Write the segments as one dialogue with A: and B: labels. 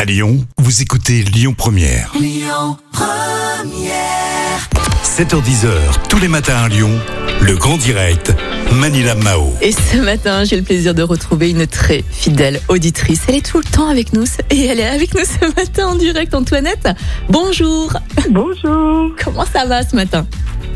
A: À Lyon, vous écoutez Lyon Première. Lyon Première. 7h10h, tous les matins à Lyon, le grand direct, Manila Mao.
B: Et ce matin, j'ai le plaisir de retrouver une très fidèle auditrice. Elle est tout le temps avec nous et elle est avec nous ce matin en direct. Antoinette, bonjour.
C: Bonjour.
B: Comment ça va ce matin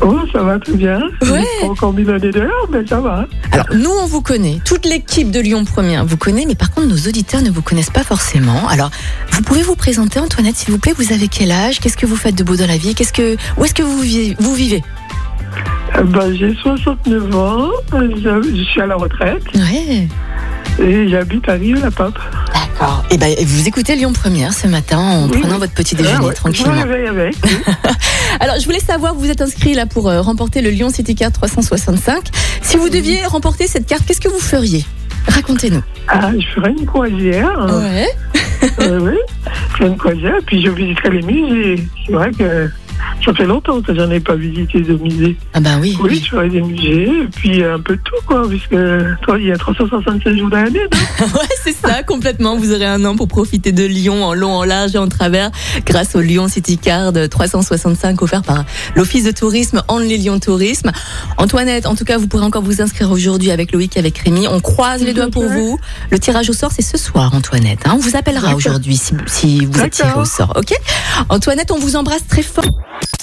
C: Oh, ça va très bien.
B: Ouais.
C: Pas Encore mis l'année dehors, mais ça va.
B: Alors, nous, on vous connaît. Toute l'équipe de Lyon Première vous connaît, mais par contre, nos auditeurs ne vous connaissent pas forcément. Alors, vous pouvez vous présenter, Antoinette, s'il vous plaît. Vous avez quel âge Qu'est-ce que vous faites de beau dans la vie Qu'est-ce que, où est-ce que vous vivez, vous vivez
C: Euh, Ben, j'ai 69 ans, euh, je, je suis à la retraite
B: Ouais.
C: et j'habite à Rieux-la-Pape.
B: D'accord. Et ben, vous écoutez Lyon Première ce matin en
C: Oui,
B: prenant
C: oui.
B: votre petit déjeuner
C: Ah ouais, Je me
B: tranquillement.
C: réveille avec.
B: Alors, je voulais savoir, vous êtes inscrit là pour euh, remporter le Lyon City Card 365. Si vous deviez remporter cette carte, qu'est-ce que vous feriez Racontez-nous.
C: Ah, je ferai une croisière. hein.
B: Ouais.
C: Euh, oui, je ferai une croisière, puis je visiterai les musées. C'est vrai que ça fait longtemps que j'en ai pas visité de musée.
B: Ah ben oui.
C: Oui, je ferai des musées, et puis un peu de tout, quoi, puisque toi, il y a 365 jours dans l'année. non
B: Ouais, c'est ça, complètement. Vous aurez un an pour profiter de Lyon en long, en large et en travers grâce au Lyon City Card euh, 365 offert par l'Office de tourisme Only Lyon Tourisme. Antoinette, en tout cas, vous pourrez encore vous inscrire aujourd'hui avec Loïc et avec Rémi. On croise les doigts pour
C: D'accord.
B: vous. Le tirage au sort, c'est ce soir, Antoinette. hein. On vous appellera
C: D'accord.
B: aujourd'hui si, si vous êtes tiré au
C: D'accord.
B: sort, ok Antoinette, on vous embrasse très fort.